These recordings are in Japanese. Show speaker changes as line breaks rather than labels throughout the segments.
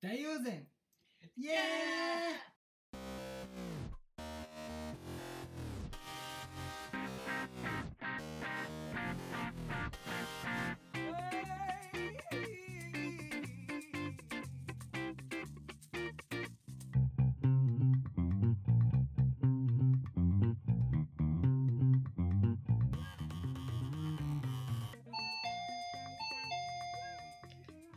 大友禅イエーイ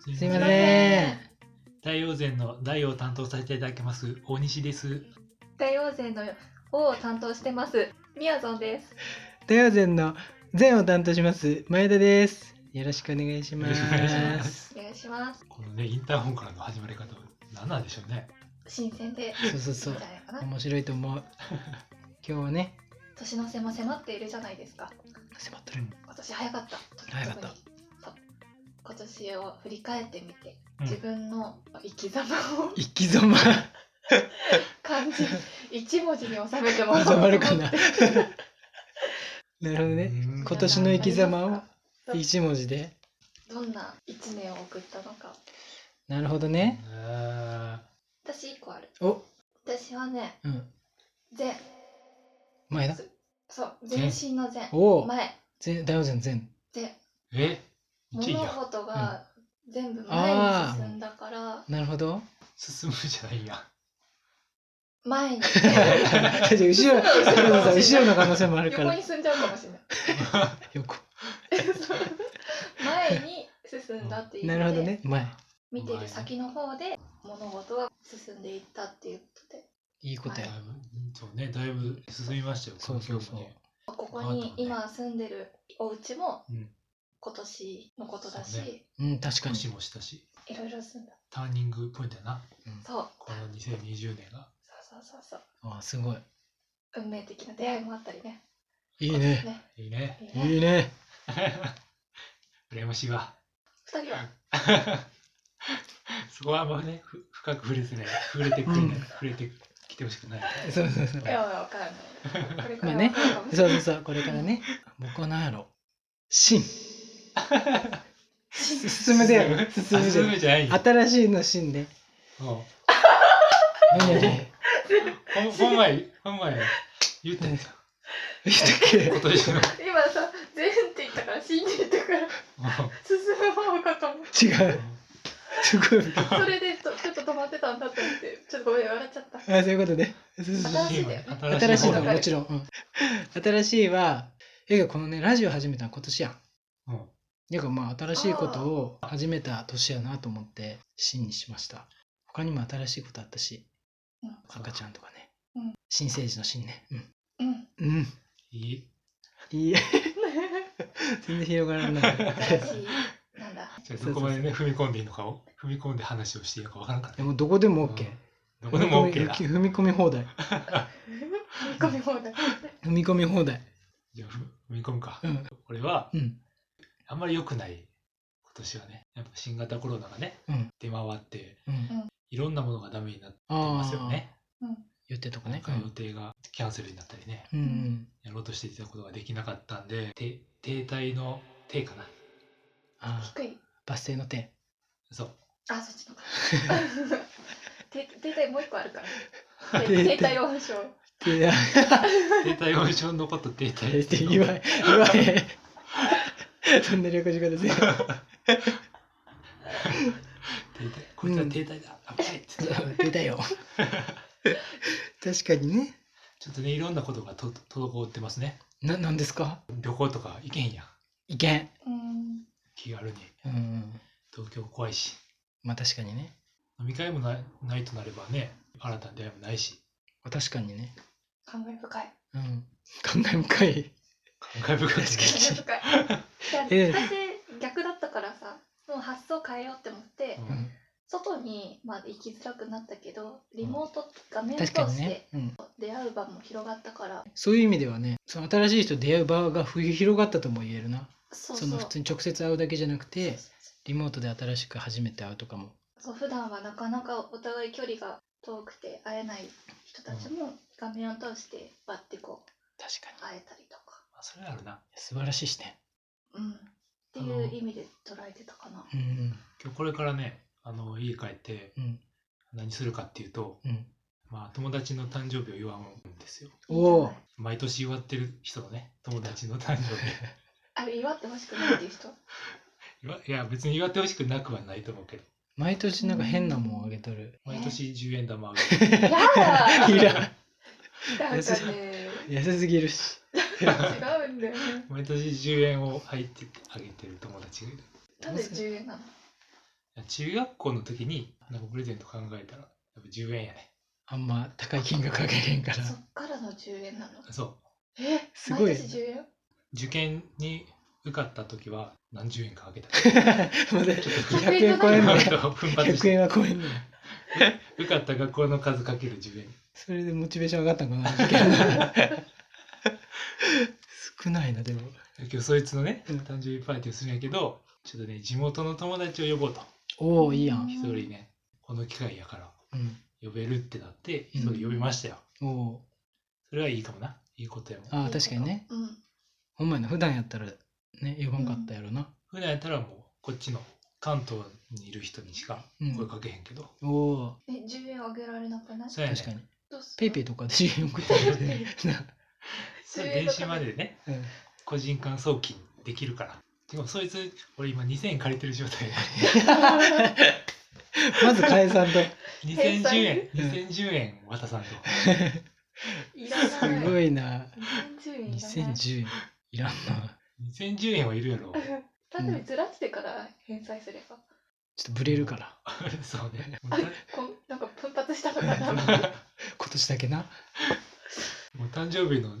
すいません。太陽禅の代を担当させていただきます大西です。
大王勢の王を担当してます。みやぞんです。
太陽禅の禅を担当します前田です。よろしくお願いし
よ
ま。
ろしくお願いしますす。
お願いします。
このねインターホンからの始まり方何なんでしょうね。
新鮮で。
そうそう
じ
そ
ゃ
う。
ないかな。
面白いと思う。今日はね、
年の瀬も迫っているじゃないですか。
迫ってる。
今年早かった。
早かった
特に。そう今年を振り返ってみて、
うん
自分の生き様を
生き 様。
漢 字一文字に収めてもらおうと
収
思
ま
って
るかな。 なるほどね。
うん
今年の生き様を
そう
一文字で。
どんな一年を送ったのか。
なるほどね。
あ
私一個ある。
お、
私はね、
うん。
全、
前田。
そう、全身の全。
おお。
前、
禅、太陽禅禅。
全。
ーえ一位
物
や
事が全部前に進んだから
なるほど。
進むじゃないや。
前に
じゃあ後ろ、太陽禅後ろの可能性もあるか
横
ら
に。進んじゃうかもしれない
横。
前に進んだっていう
なるほどね。前。
見てる先の方で物事は進んでいったっていうことで
いいこと
だ
や
い。ぶそうねだいぶ進みましたよ。
そうそうそう
環境もね
ここに今住んでるお家も
うん
今年のことだ
そう
し
うん、確かに
年。もしたし
いろいろ進んだ
ターニングポイントやな
そう
この2020年が。
そうそうそう
ああ、すごい。
そう運命的な出会いもあったりね
いいね。
いいね。
いいね
いいね。
羨ましいわ。
二人は
そこはあんまね、ふ深く触れてない。触れてくれない。触れてきてほしくない。
そうそうそう
いやわかんないこれから
まあね
わかるかもしれ
そ
な
う
い
そうそう、これからね。僕は何やろ。進。 進むだよ。進む
進
じ
むじゃないよ。
ゃん。新しいの進で。
うん
何やろ。言っ
ほんほんまや、ほんまや。言ったんですよ。
たっけ
今年の。
今さ全って言ったから信じてたから進む方かと思って
違う。すごい。
それでとちょっと止まってたんだと思ってちょっとごめん笑っちゃった
あそういうことで。そうそうそう
新しいだよね
新しい
方
の
方
はもちろん。うん新しいは、いやこのね、ラジオ始めたの今年やん。
うん
だからまあ新しいことを始めた年やなと思って新にしました。他にも新しいことあったし
うん、
赤ちゃんとかね
うん。
新生児の新ね。
うん
うん。うん。
いい。
いい。全然広がら ない。
新しいなんだ
じゃあどこまでね、踏み込んでいいのかを、踏み込んで話をしていいのかわからんから
で
ね。
もどこでも OK。
どこでも OK だ。
踏み込み放題。
見込み放題
踏み込み放題。
じゃあふ踏み込むか
う。ん。
これは
うん。
あんまり良くない今年はね。やっぱ新型コロナがね
うん、
出回って、
うん。
いろんなものがダメになって
あ
ますよ
あ。
ね。
言ってとか
なん
ね。
か予定がキャンセルになったりね、
うんうん。
やろうとしていたことができなかったんで、て停滞の停かな。
ああ。
低い
バス停の手。
そう。
あそっちのかて停滞もう一個あるから
停
て停
滞
滞論証
いや、
停滞温床のこと停
言
滞。
わへん。言わへ ん。そんな略し方せん。
停滞こいつは停滞だ、危ないっ つって
出たよ。確かにね。
ちょっとねいろんなことがと滞ってますね
な、なんですか
旅行とか行けんやん
いけん。
うん
気軽に
うん。
東京怖いし
まあ確かにね。
飲み会もないないとなればね新たな出会いもないし
確かにね。
感慨深い
うん。感慨深い。
感慨深いです
感慨深いい
え
や私逆だったからさもう発想変えようって思って
う
うんん、
外にまあ行きづらくなったけどリモート画面
確
通
かに
して
ね、うん。
出会う場も広がったから
そういう意味ではね、その新しい人と出会う場がふ広がったとも言えるな。
そう
そ
そ
うの普通に直接会うだけじゃなく
そう
て、リモートで新しく初めて会うとかも。
そうそう普段はなかなかお互い距離が遠くて会えない人たちも画面を通してバッてこう
確かに。
会えたりとか、
まあそれはあるな
素晴らしい視点。
うん、っていう意味で捉えてたかな。
うん。
今日これからねああの家帰って
うん
何するかっていうと、
うん
まあ、友達の誕生日を祝うんですよ
いいんじゃない
おー
毎年祝ってる人のね友達の誕生
あれ祝ってほしくないっていう人
日いわいや別に祝ってほしくなくはないと思うけど
毎年なんか変なもんあげとる。
毎年10円玉を
や だ
いら
なんかね
ん、安すぎるし。
違うんだよね
毎年10円を入ってあげてる友達がいる
なんで10円なの
中学校の時になんかプレゼント考えたらやっぱ10円やね
あんま高い金額あげれんから。
そっからの10円なの
そう
え
すごい
毎年10円
受験に受かった時は何十円かあげた
まだ100円超
ご
え
め
んね
な。
奮発
100
して
円は超えんね。
受かった学校の数かける10円
それでモチベーション上がったんかな受験の 少ないな、でも。
今日そいつのね
うん
誕生日パーティーをするんやけどちょっとね地元の友達を呼ぼうと
おお、いいやん。
一人ねこの機会やから
うん。
呼べるってなって
うん
一人呼びましたよ、
おお。
それはいいかもないいことやもん
ああ、確かにね。
うん
ほんまやな、普段やったらね、呼ばんかったやろな。
普段やったらもうこっちの関東にいる人にしか
うん
声かけへんけど、
おお
え10円あげられなくない
そうやね
ー、確かに。
どうす
ペイペイとかで10円送ってあげて。
それ電子マネーでね
なうん
個人間送金できるからでもそいつ俺今2000円借りてる 状態で
まず返さんと。
返
2010
済
円2010円渡さんと
いらない
すごいな。
2010円いら
2010円。いらん
ない
な。
2010円はいるやろ
ただずらしてから返済すれば、
ちょっとブレるから。
そうね
こんなんか奮発したのか な
今年だけな。
もう誕生日の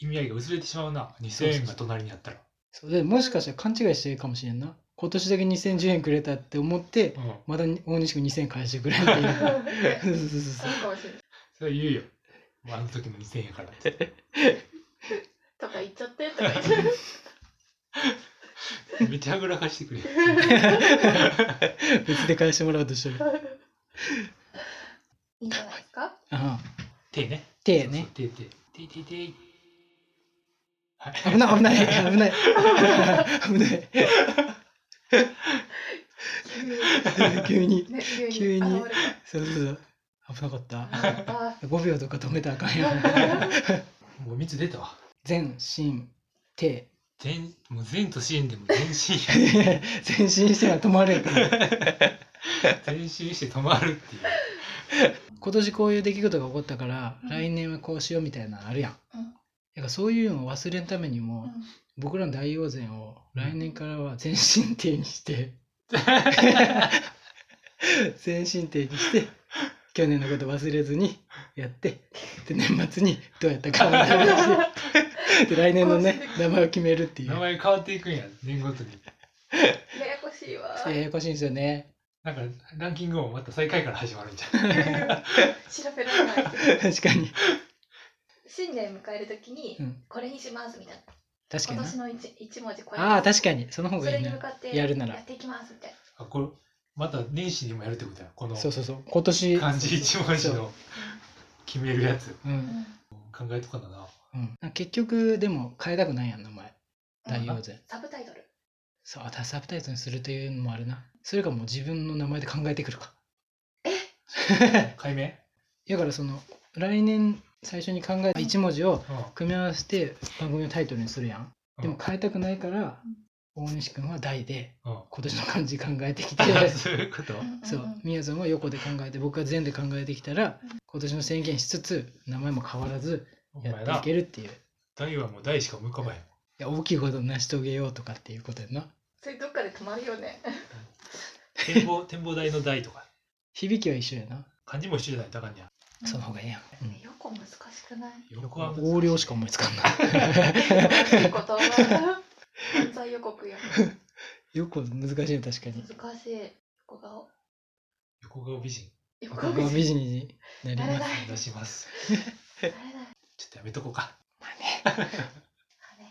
意味合いが薄れてしまうな2000円が隣にあったら
そうでもしかしたら勘違いしてるかもしれんな。今年だけ2010円くれたって思って、
うん
また大西君2000円返してくれっていう。そう そうそう
そ
そうう。
かもしれない
それ言うよもうあの時の2000円やから って
とか言っちゃってとか言って
めっちゃはぐらかしてくれる
別で返してもらおうとしてる。
いいんじゃないです か
ああ
手ね
手ね。
そうそう手手手手手はい
危ない危ない危ない危ない。 急に。
ね急に
急に
現れ
そうそうそう。危なかった
た。なんか
5秒とか止めたらあかんやん。
もう3つ出たわ
全身手。
全もう全とシーンでも全身や
全身しては止まれんから。
前進して止まるっていう
今年こういう出来事が起こったから、
うん
来年はこうしようみたいなのあるやん。
うん
だからそういうのを忘れんためにも、
うん
僕らの大王禅を来年からは全身定に して、全身定にして去年のこと忘れずにやってで年末にどうやったかを見てで来年のね名前を決めるっていう
名前変わっていくんや年ごとに
ややこしいわ
ややこしいんですよね
なんかランキングもまた最下位から始まるん じゃん
調べられない
確かに
新年迎えるときに
うん
これにしますみたいな
確かに
今
な
年の一一文字これ
ああ確かにその方
そ
がい
れ
い
に
な
向かって
やるなら
やっていきますみたいな
あこれまた年始にもやるってことやこの
そうそうそう今年
漢字一文字の決めるやつ
うん、うん
うん
考えとかだ な
なんか結局でも変えたくないやん名前大王禅
サブタイトル
そうあサブタイトルにするというのもあるなそれかもう自分の名前で考えてくるか
解明
だからその来年最初に考えた1文字を
うん
組み合わせて番組のタイトルにするやん
うん
でも変えたくないから大西君は「大」で
うん
今年の漢字考えてきて
そういうこと
そ
ん
うんみやぞんは横で考えて僕は全で考えてきたら
うん
今年の宣言しつつ名前も変わらず
お
や
前
ってい
な
けるっていうい
大はもう大しか向かばへん
や大きいことを成し遂げようとかっていうことやな
それどっかで止まるよね
展望展望台の台とか
響きは一緒やな
漢字も一緒じゃないとあかんねや
その方がええやん、うん
よく難しくない
横は
横領しか思いつかんな
難しいことは犯罪予告や
よく難しいよ確かに
難しい横顔
横顔美人
横
僕
顔
は
見
美人になり
なれ
ます
ない
出します
なれない
ちょっとやめとこうか
まあね
あれ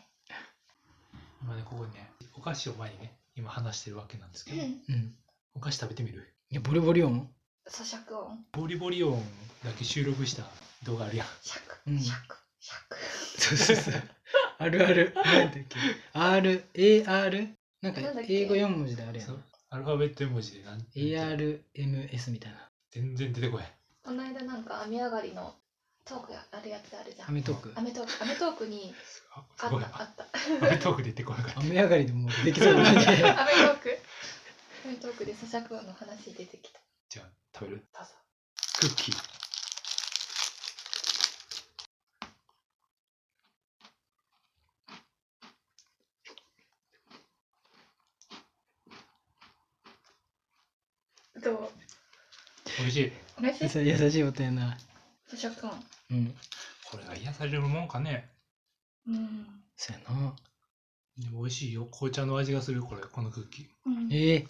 今ねここにねお菓子を前にね今話してるわけなんですけど
うん
お菓子食べてみる
いやボリボリ音
咀嚼音
ボリボリ音だけ収録した動画あるやん
シャク
うん
シャクシャク
そうそうそう。あるある。なんだっけ。R、A、R? なんか
なんだっけ
英語四文字であるや。
そうんアルファベット絵文字でなんなんて
ARMS みたいな
全然出てこない。
この間なんか雨上がりのトークやあるやつあるじゃ
ア
ん
メトーク
雨トーク雨トークに
あ
あ
す
っ
ごい。
たあった
アメトークで出てこなかった。
雨上がりでもうできそうな感じ
アメ
で
トークアメトークで咀嚼音の話出てきた
じゃあ、食べる
どうぞ
クッキー。
ど
美味しい。
う嬉しい
優しい優しい音やな
咀嚼音
うん
これが癒されるもんかね。
うん
そやな
でも美味しいよ。紅茶の味がする、これ、このクッキー。
うん
ええ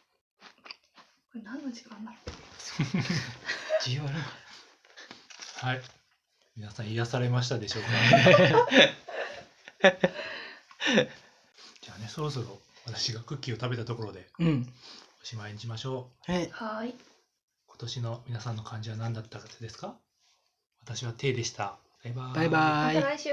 これ何の時間だろう
需要あるの
はい。皆さん癒されましたでしょうかじゃあね、そろそろ私がクッキーを食べたところで
うん
おしまいにしましょう。
はい
はーい
今年の皆さんの漢字は何だったですか私は手でした。バイバーイ。
バイバーイ
また来週